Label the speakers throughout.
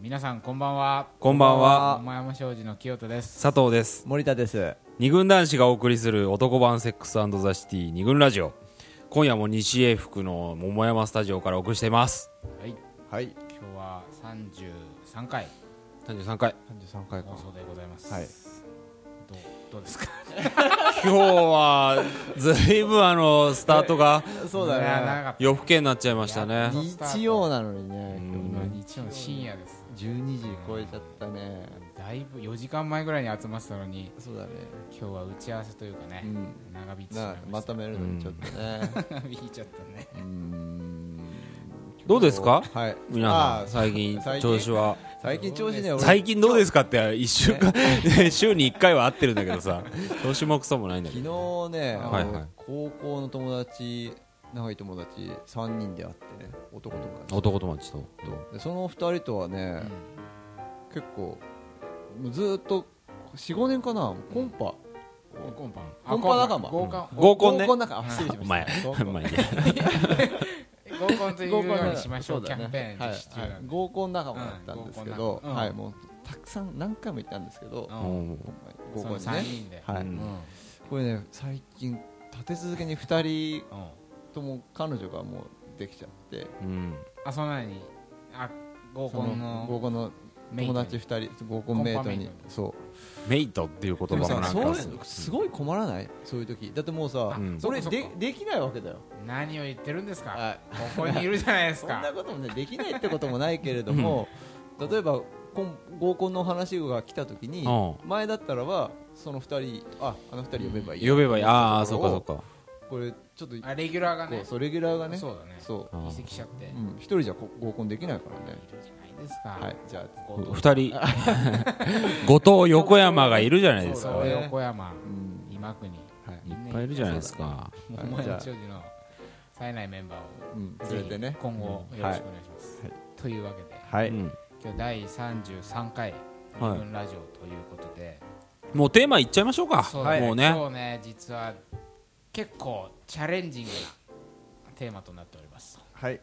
Speaker 1: 皆さんこんばんは
Speaker 2: こんばんは
Speaker 1: 桃山商事の清人です
Speaker 2: 佐藤です
Speaker 3: 森田です
Speaker 2: 二軍男子がお送りする男版セックスザシティ二軍ラジオ今夜も西英福の桃山スタジオからお送りしています
Speaker 1: はい
Speaker 3: はい
Speaker 1: 今日は33回
Speaker 2: 33回
Speaker 3: 33回
Speaker 1: 放送でございます、
Speaker 3: はい
Speaker 1: どうどうですか
Speaker 2: 今日はずいぶんあのスタートが
Speaker 3: そう
Speaker 1: いや
Speaker 3: だね
Speaker 1: 長かった
Speaker 2: 夜更けになっちゃいましたね
Speaker 3: 日曜なのにね
Speaker 2: うん
Speaker 1: 今日曜の深夜です
Speaker 3: 12時超えちゃったね
Speaker 1: だいぶ4時間前ぐらいに集まってたのに
Speaker 3: そうだね
Speaker 1: 今日は打ち合わせというかね、
Speaker 3: うん
Speaker 1: 長引いてしま
Speaker 3: ない
Speaker 1: ま
Speaker 3: ま
Speaker 1: した
Speaker 3: とめるのにちょっとね
Speaker 1: 長引いちゃったね
Speaker 3: うーん
Speaker 2: どうですか
Speaker 3: はい
Speaker 2: 皆
Speaker 3: あ
Speaker 2: さん
Speaker 3: ー
Speaker 2: 最近
Speaker 3: 最近
Speaker 2: 調子は
Speaker 3: 最近調子ね俺
Speaker 2: 最近どうですかって一週間 週に一回は会ってるんだけどさ調子もクソもないんだけ
Speaker 3: 昨
Speaker 2: ど
Speaker 3: 日ねあの
Speaker 2: はいはい
Speaker 3: 高校の友達仲いい友達3人で会ってね男友達
Speaker 2: 男友達と
Speaker 3: でその2人とはね、結構もうずーっと45年かなコンパ
Speaker 1: コンパン
Speaker 3: コンパ仲間
Speaker 1: 合コン
Speaker 2: 合コンね
Speaker 3: 合コン仲間あ失礼し
Speaker 2: お
Speaker 3: ま
Speaker 2: 前
Speaker 3: した合
Speaker 2: お
Speaker 3: コン
Speaker 2: 前ね
Speaker 1: 合コンというよ
Speaker 3: 合
Speaker 1: う
Speaker 3: コン仲
Speaker 1: に
Speaker 3: 間
Speaker 1: しましょう
Speaker 3: そ
Speaker 1: キ
Speaker 3: だね
Speaker 1: ャンペーン実施中
Speaker 3: はい
Speaker 1: な
Speaker 3: はい
Speaker 1: んで
Speaker 3: 合コン仲間だったんですけど、
Speaker 1: うん合コン仲間うん
Speaker 3: はいもうたくさん何回も行ったんですけど、
Speaker 1: うん
Speaker 2: もう
Speaker 3: 合
Speaker 1: そ
Speaker 3: コン
Speaker 1: の
Speaker 3: に
Speaker 1: 3
Speaker 3: ね
Speaker 1: 人で
Speaker 3: はい、
Speaker 2: うん
Speaker 3: これね最近立て続けに2人
Speaker 1: うん
Speaker 3: とも彼女がもうできちゃって
Speaker 2: うん
Speaker 1: あそんなにあ合コン
Speaker 3: そ合
Speaker 1: の
Speaker 3: コンの
Speaker 1: メイ
Speaker 3: 友
Speaker 1: ン
Speaker 3: 達2人合コンメイト
Speaker 1: コ
Speaker 3: に
Speaker 1: ンパメイトに
Speaker 3: そう
Speaker 2: メイトっていう言葉
Speaker 3: でも
Speaker 2: も
Speaker 3: さ
Speaker 2: なん
Speaker 3: そう
Speaker 2: か
Speaker 3: いうのすごい困らないそういう時だってもうさ
Speaker 1: あ
Speaker 2: うん
Speaker 1: そっ
Speaker 3: 俺
Speaker 1: かそっ
Speaker 3: で
Speaker 1: か
Speaker 3: できないわけだよ
Speaker 1: 何を言ってるんですか
Speaker 3: はい
Speaker 1: ここにいるじゃないです
Speaker 3: そんな
Speaker 1: か
Speaker 3: こともねできないってこともないけれども例えばこん合コンの話が来た時に
Speaker 2: う
Speaker 3: 前だったらばその2人ああの2人呼べばいい
Speaker 2: 呼べばいいああ
Speaker 3: そ
Speaker 2: そうう
Speaker 3: か
Speaker 2: か
Speaker 3: そ
Speaker 2: そううか
Speaker 3: これちょっと
Speaker 1: あレギュラーが
Speaker 3: こ
Speaker 1: ね
Speaker 3: うそうレギュラーがね
Speaker 1: そうだね
Speaker 3: そう
Speaker 2: あ
Speaker 1: 移籍しちゃってい
Speaker 3: うん一人じゃこ合コンできないから
Speaker 1: る
Speaker 3: ね
Speaker 1: じゃないです
Speaker 3: は
Speaker 1: か
Speaker 3: いじゃあ
Speaker 1: 合コン
Speaker 2: 二人 後藤横山がいるじゃないです
Speaker 1: そ
Speaker 2: か
Speaker 1: う
Speaker 3: ね
Speaker 1: 横山
Speaker 3: うん
Speaker 1: 今国
Speaker 3: はい
Speaker 2: いっぱいいるじゃないですか
Speaker 3: はい
Speaker 1: 桃山
Speaker 3: じ
Speaker 1: 商
Speaker 3: ゃ
Speaker 1: 事の冴えないメンバ
Speaker 3: うん
Speaker 1: ーを
Speaker 3: 連
Speaker 1: ぜ
Speaker 3: れ
Speaker 1: ひ
Speaker 3: てね
Speaker 1: 今後よろしくお願いします
Speaker 3: はい
Speaker 1: というわけで
Speaker 3: は
Speaker 2: うん
Speaker 1: 今日第33回「
Speaker 2: はい
Speaker 1: 自分ラジオ」ということで
Speaker 2: もうテーマいっちゃいましょうか
Speaker 1: そうだね
Speaker 2: もうね
Speaker 1: 今日ね実は結構チャレンジングなテーマとなっております
Speaker 3: はい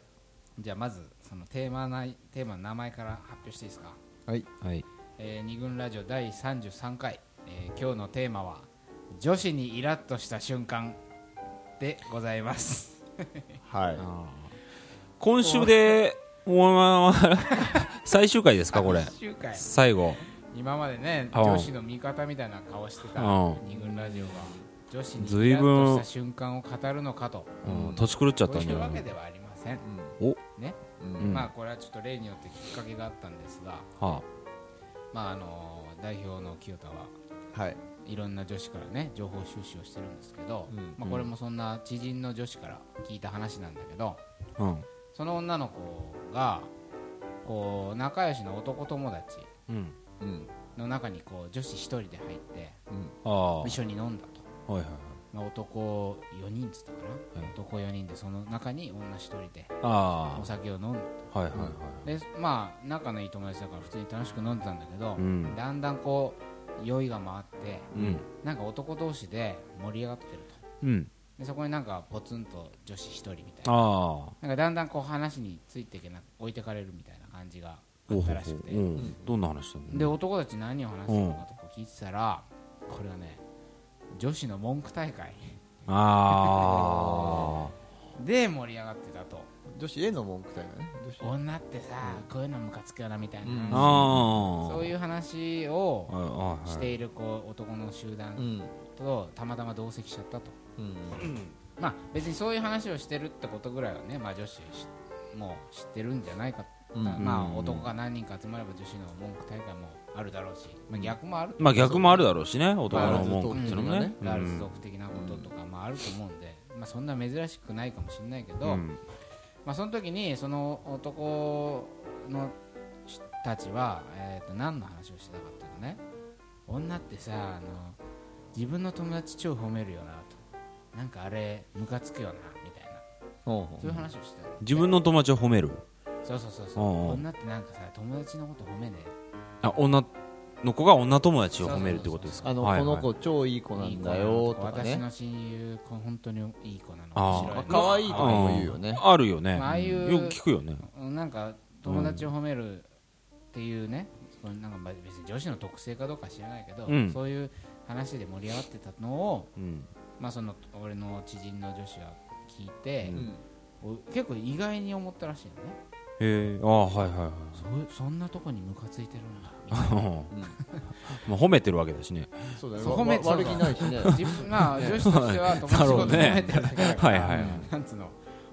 Speaker 1: じゃあまずそのテーマないテーマの名前から発表していいですか、
Speaker 3: はい
Speaker 2: はい
Speaker 1: えー二軍ラジオ第33回、えー今日のテーマは「女子にイラッとした瞬間」でございます
Speaker 3: はい
Speaker 2: 今週でもうまあまあ最終回ですかこれ
Speaker 1: 最終回
Speaker 2: 最後
Speaker 1: 今までね
Speaker 2: うん
Speaker 1: 女子の味方みたいな顔してた
Speaker 2: うん
Speaker 1: 二軍ラジオが女子
Speaker 2: ず
Speaker 1: にイ
Speaker 2: い
Speaker 1: ラッ
Speaker 2: ぶん
Speaker 1: とした瞬間を語るのかと
Speaker 2: うん土地狂っちゃった
Speaker 1: そ
Speaker 2: ん
Speaker 1: うい
Speaker 2: じゃ
Speaker 1: う
Speaker 2: な
Speaker 1: わけ
Speaker 2: い
Speaker 1: ではありません
Speaker 2: お
Speaker 1: ね
Speaker 3: うん
Speaker 2: うん
Speaker 1: まあこれはちょっと例によってきっかけがあったんですが、
Speaker 2: は
Speaker 1: まああの代表の清田は
Speaker 3: はい
Speaker 1: いろんな女子からね情報収集をしてるんですけど、
Speaker 3: うん
Speaker 1: まあ、これもそんな知人の女子から聞いた話なんだけど
Speaker 2: あうん
Speaker 1: その女の子がこう仲良しの男友達
Speaker 2: うん
Speaker 3: うん
Speaker 1: の中にこう女子一人で入って
Speaker 2: ああは
Speaker 1: 一緒に飲んだと、
Speaker 2: いはいはい
Speaker 1: まあ、男4人っつったかな、
Speaker 2: はい
Speaker 1: 男4人でその中に女一人で
Speaker 2: あ
Speaker 1: お酒を飲んだ
Speaker 2: あはいはいは
Speaker 1: で
Speaker 2: い
Speaker 1: まあ仲のいい友達だから普通に楽しく飲んでたんだけど、
Speaker 2: うん
Speaker 1: だんだんこう酔いが回って
Speaker 2: うん
Speaker 1: なんか男同士で盛り上がってると
Speaker 2: うん
Speaker 1: でそこになんかポツンと女子一人みたいな
Speaker 2: ああ
Speaker 1: なんかだんだんこう話についていけなく置いてかれるみたいな感じがあったらしくて
Speaker 2: おうおうおうどんな話してんの
Speaker 1: で男たち何を話してるのかとか聞いてたらこれはね女子の文句大会
Speaker 2: ああ
Speaker 1: で盛り上がってたと
Speaker 3: 女子への文句だよね女子
Speaker 1: 女ってさこういうのムカつくよなみたいな
Speaker 3: うん
Speaker 1: 話、
Speaker 2: ああ
Speaker 1: そういう話を
Speaker 2: ああ
Speaker 1: しているこう男の集団
Speaker 3: うん
Speaker 1: とたまたま同席しちゃったと
Speaker 3: うん
Speaker 1: まあ別にそういう話をしてるってことぐらいはね、まあ、女子しもう知ってるんじゃないか、
Speaker 3: うん
Speaker 1: まあ男が何人か集まれば女子の文句大会もあるだろうし、まあ、逆もある、
Speaker 2: まあ逆もあるだろうしね男の文句
Speaker 3: まあ
Speaker 2: っていうのもね
Speaker 1: ガールズ族的なこととかもあると思うんで、まあ、そんな珍しくないかもしれないけど、
Speaker 2: うん
Speaker 1: まあ、その時にその男の人たちは、えー、と何の話をしてたかっていうとね女ってさあの自分の友達超褒めるよなとなんかあれムカつくよなみたいな
Speaker 3: ほうほ
Speaker 1: そういう話をしてたの
Speaker 2: 自分の友達を褒める
Speaker 1: そうそうそうそう
Speaker 2: うんうん
Speaker 1: 女ってなんかさ友達のこと褒めね
Speaker 2: あ女の子が女友達を褒めるってことですか
Speaker 3: あの、
Speaker 2: はい
Speaker 3: こ
Speaker 2: はい
Speaker 3: の子超いい子
Speaker 1: え
Speaker 3: ない
Speaker 1: い
Speaker 3: ん
Speaker 1: 子
Speaker 3: だ
Speaker 1: な
Speaker 3: よ
Speaker 1: の
Speaker 3: とか
Speaker 1: 私
Speaker 3: ね
Speaker 1: の親友こう本当にいい子なの
Speaker 2: あー
Speaker 1: 面白いの
Speaker 3: 可愛いとかも言うよね
Speaker 2: あるよね
Speaker 1: まあああいう
Speaker 2: よく聞くよね
Speaker 1: うんなんか友達を褒めるっていうねそのなんかまあ別に女子の特性かどうか知らないけど、
Speaker 2: うん
Speaker 1: そういう話で盛り上がってたのを、
Speaker 2: うん
Speaker 1: まあ、その俺の知人の女子が聞いて
Speaker 2: う、ん
Speaker 1: お結構意外に思ったらしいのね
Speaker 2: へえああはいはいはい
Speaker 1: そそんなとこにムカついてるんだみたい な
Speaker 2: うん
Speaker 3: うん
Speaker 2: まあ褒めてるわけだしね
Speaker 3: そうだね
Speaker 1: そう
Speaker 3: わ
Speaker 1: 褒め
Speaker 3: わ
Speaker 1: そう
Speaker 3: 悪気ない しね
Speaker 1: 自分まあ女子としては友達のこと
Speaker 2: だろうね
Speaker 1: 褒めてるだけだか
Speaker 2: は
Speaker 1: ら、
Speaker 2: いはいはい
Speaker 1: なんつうの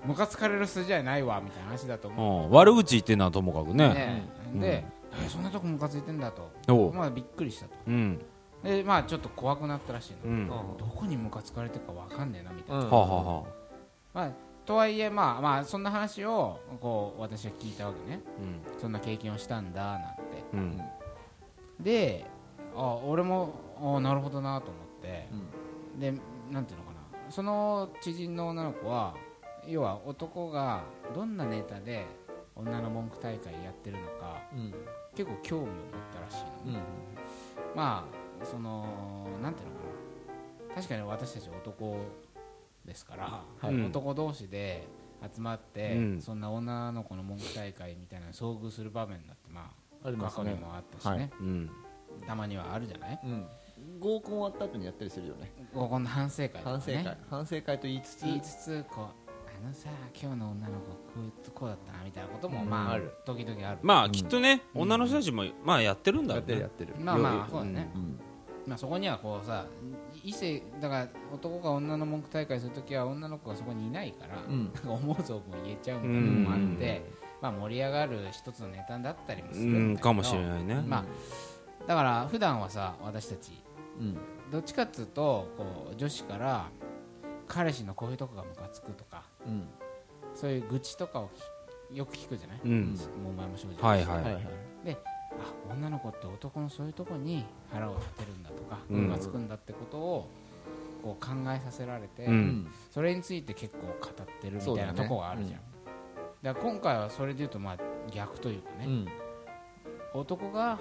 Speaker 1: ムカつかれる筋合いないわみたいな話だと
Speaker 2: う
Speaker 1: 思うん
Speaker 2: 悪口言ってんのはともか
Speaker 1: で、
Speaker 2: くねうん
Speaker 1: で、えそんなとこムカついてんだと、
Speaker 2: おう
Speaker 1: まあ、びっくりしたと
Speaker 2: うん
Speaker 1: でまあちょっと怖くなったらしいの、
Speaker 2: うんは
Speaker 1: どこにムカつかれてるかわかんねえなみたいな、
Speaker 3: うん
Speaker 2: あはあはあ
Speaker 1: まあ、とはいえまあまあそんな話をこう私は聞いたわけね
Speaker 2: うん
Speaker 1: そんな経験をしたんだなんて
Speaker 2: うん
Speaker 1: であ俺もあなるほどなと思って
Speaker 3: うん、
Speaker 1: でなんていうのかなその知人の女の子は要は男がどんなネタで女の文句大会やってるのか
Speaker 3: うん
Speaker 1: 結構興味を持ったらしいの、
Speaker 3: うん
Speaker 1: まあそのなんていうのかな確かに私たち男ですから、
Speaker 2: いうん
Speaker 1: 男同士で集まって、
Speaker 2: うん
Speaker 1: そんな女の子の文句大会みたいなのに遭遇する場面だってま
Speaker 3: あり
Speaker 1: あ
Speaker 3: ま
Speaker 1: 過
Speaker 3: す
Speaker 1: 去に
Speaker 3: ね
Speaker 1: もあったしね、
Speaker 2: うん
Speaker 1: たまにはあるじゃない
Speaker 3: うん合コン終わった後にやったりするよね
Speaker 1: ここの反省会とか、ね、
Speaker 3: 反省会反省会と言いつつ
Speaker 1: 言いつつこうあのさ今日の女の子こういうとこだったなみたいなことも、
Speaker 2: うん
Speaker 1: まあ
Speaker 2: あ
Speaker 1: る時々ある
Speaker 2: ま
Speaker 3: う
Speaker 2: あ
Speaker 3: ん
Speaker 2: きっとね女の人たちもまあやってるんだろ
Speaker 3: やっ
Speaker 2: う
Speaker 3: てるや
Speaker 2: ね
Speaker 3: ってる
Speaker 1: まあまあ
Speaker 2: うん
Speaker 1: そうだね、
Speaker 3: うん
Speaker 1: まあ、そこにはこうさ異性だから男が女の文句大会するときは女の子がそこにいないから、
Speaker 3: うん
Speaker 1: なんか思う存分言えちゃうみたいなのもあ
Speaker 2: うん
Speaker 1: って、まあ、盛り上がる一つのネタだったりもす
Speaker 2: う
Speaker 1: るんだけど
Speaker 2: んかもしれないね
Speaker 1: まあだから普段はさ私たち
Speaker 3: うん
Speaker 1: どっちかっつうとこう女子から彼氏のこういうとこがムカつくとか
Speaker 3: うん
Speaker 1: そういう愚痴とかをきよく聞くじゃない、
Speaker 2: うん
Speaker 1: もう前も正直
Speaker 2: はいはい
Speaker 3: は
Speaker 2: はいい
Speaker 3: はい
Speaker 1: あ女の子って男のそういうとこに腹を立てるんだとか
Speaker 2: うん
Speaker 1: ムカつくんだってことをこう考えさせられて、
Speaker 2: うん
Speaker 3: うん
Speaker 1: それについて結構語ってるみた
Speaker 3: そ
Speaker 1: いう
Speaker 3: だ
Speaker 1: な
Speaker 3: ね
Speaker 1: とこがあるじゃん、だから今回はそれでいうとまあ逆というか
Speaker 3: う
Speaker 1: ね、
Speaker 3: ん
Speaker 1: 男が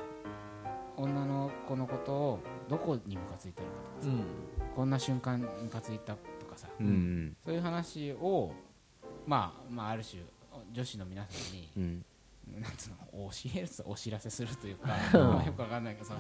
Speaker 1: 女の子のことをどこにムカついてるか
Speaker 3: うん
Speaker 1: とかこんな瞬間ムカついたとかさ
Speaker 2: うん
Speaker 1: そういう話を、まあ、まあある種女子の皆さんに
Speaker 2: うん
Speaker 1: なんつうの教えるお知らせするという か、
Speaker 2: うん
Speaker 1: まあよくわかんないけどさ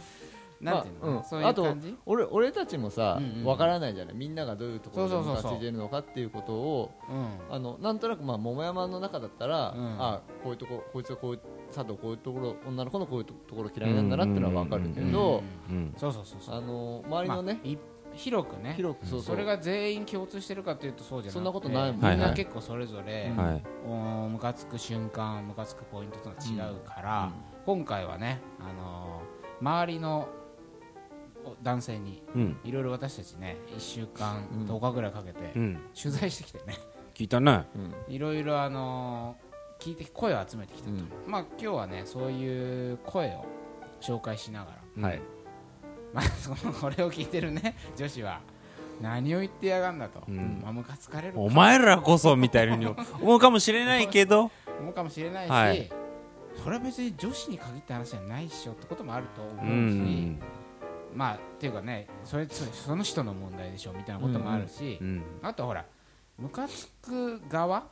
Speaker 1: なんていうの、
Speaker 3: まあうん
Speaker 1: そういう感じ
Speaker 3: 俺俺たちもさ
Speaker 1: うんうん
Speaker 3: わからないじゃないみんながどういうところ
Speaker 1: そう
Speaker 3: に
Speaker 1: そうそうそ
Speaker 3: ム
Speaker 1: う
Speaker 3: カついてるのかっていうことを
Speaker 1: うん
Speaker 3: あのなんとなくまあ桃山の中だったら、
Speaker 1: うん
Speaker 3: あこういうとここいつはこういう佐藤こういうところ女の子のこういうところ嫌いなんだなってのは分かるけど、
Speaker 1: うん
Speaker 2: うん
Speaker 1: そうそうそうそう
Speaker 3: あの周りのね、
Speaker 1: まあい広くね
Speaker 3: 広くそうそ
Speaker 1: そ
Speaker 3: う
Speaker 1: れが全員共通してるかというとそうじゃなくて
Speaker 3: そんなことないもん
Speaker 1: みん
Speaker 2: はいは
Speaker 1: ない結構それぞれ、
Speaker 3: うん
Speaker 2: はい
Speaker 1: おームカつく瞬間ムカつくポイントとは違うから、今回はね、あのー周りのお男性に
Speaker 2: うん
Speaker 1: いろいろ私たちね1週間
Speaker 3: うん
Speaker 1: 10日ぐらいかけて
Speaker 2: うん
Speaker 1: 取材してきてね
Speaker 2: 聞いたね
Speaker 3: うん
Speaker 1: いろいろあのー聞いて声を集めてきたと、
Speaker 3: うん
Speaker 1: まあ今日はねそういう声を紹介しながら
Speaker 2: はい
Speaker 1: まあ、そのこれを聞いてるね女子は何を言ってやがんだと、
Speaker 2: うん
Speaker 1: まあ、ムカつかれるか
Speaker 2: お前らこそみたいに思うかもしれないけど
Speaker 1: 思うかもしれないし、
Speaker 2: はい
Speaker 1: それは別に女子に限った話じゃないっしょってこともあると思うし、
Speaker 2: うん
Speaker 1: まあっていうかねそれそその人の問題でしょみたいなこともあるし、
Speaker 2: うん
Speaker 1: あとほらムカつく側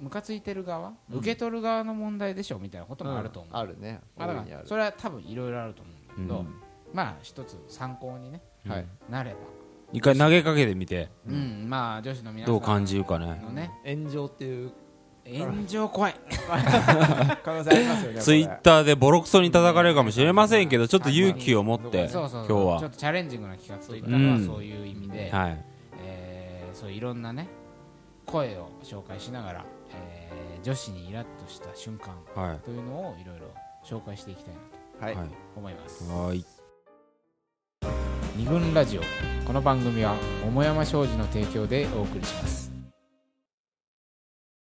Speaker 1: ムカついてる側、受け取る側の問題でしょみたいなこともあると思う、
Speaker 3: あるね
Speaker 1: まあ、だ
Speaker 3: 大い
Speaker 1: か
Speaker 3: にあ
Speaker 1: ら
Speaker 3: る
Speaker 1: それは多分いろいろあると思うんだけど、
Speaker 2: うん
Speaker 1: まあ一つ参考に、ね、
Speaker 3: はい
Speaker 1: なれば、
Speaker 2: 一回投げかけてみて
Speaker 1: うんまあ女子の皆さん
Speaker 2: どう感じるかね
Speaker 1: のね
Speaker 3: 炎上って いう
Speaker 1: 炎上怖い
Speaker 3: 可能性ありますよね
Speaker 2: ツイッターでボロクソに叩かれるかもしれませんけどちょっと勇気を持って
Speaker 1: そう
Speaker 2: 今
Speaker 1: そうそう
Speaker 2: 日
Speaker 1: ちょっ
Speaker 2: は
Speaker 1: とチャレンジングな企画といったの
Speaker 2: う
Speaker 1: は
Speaker 2: ん
Speaker 1: そういう意味で、
Speaker 2: はい
Speaker 1: えーそういろんなね声を紹介しながら、えー女子にイラッとした瞬間
Speaker 2: は
Speaker 1: というのをいろいろ紹介していきたいなと
Speaker 3: はいい、
Speaker 2: はい
Speaker 1: 思います
Speaker 2: はい
Speaker 1: 二軍ラジオこの番組は桃山商事の提供でお送りします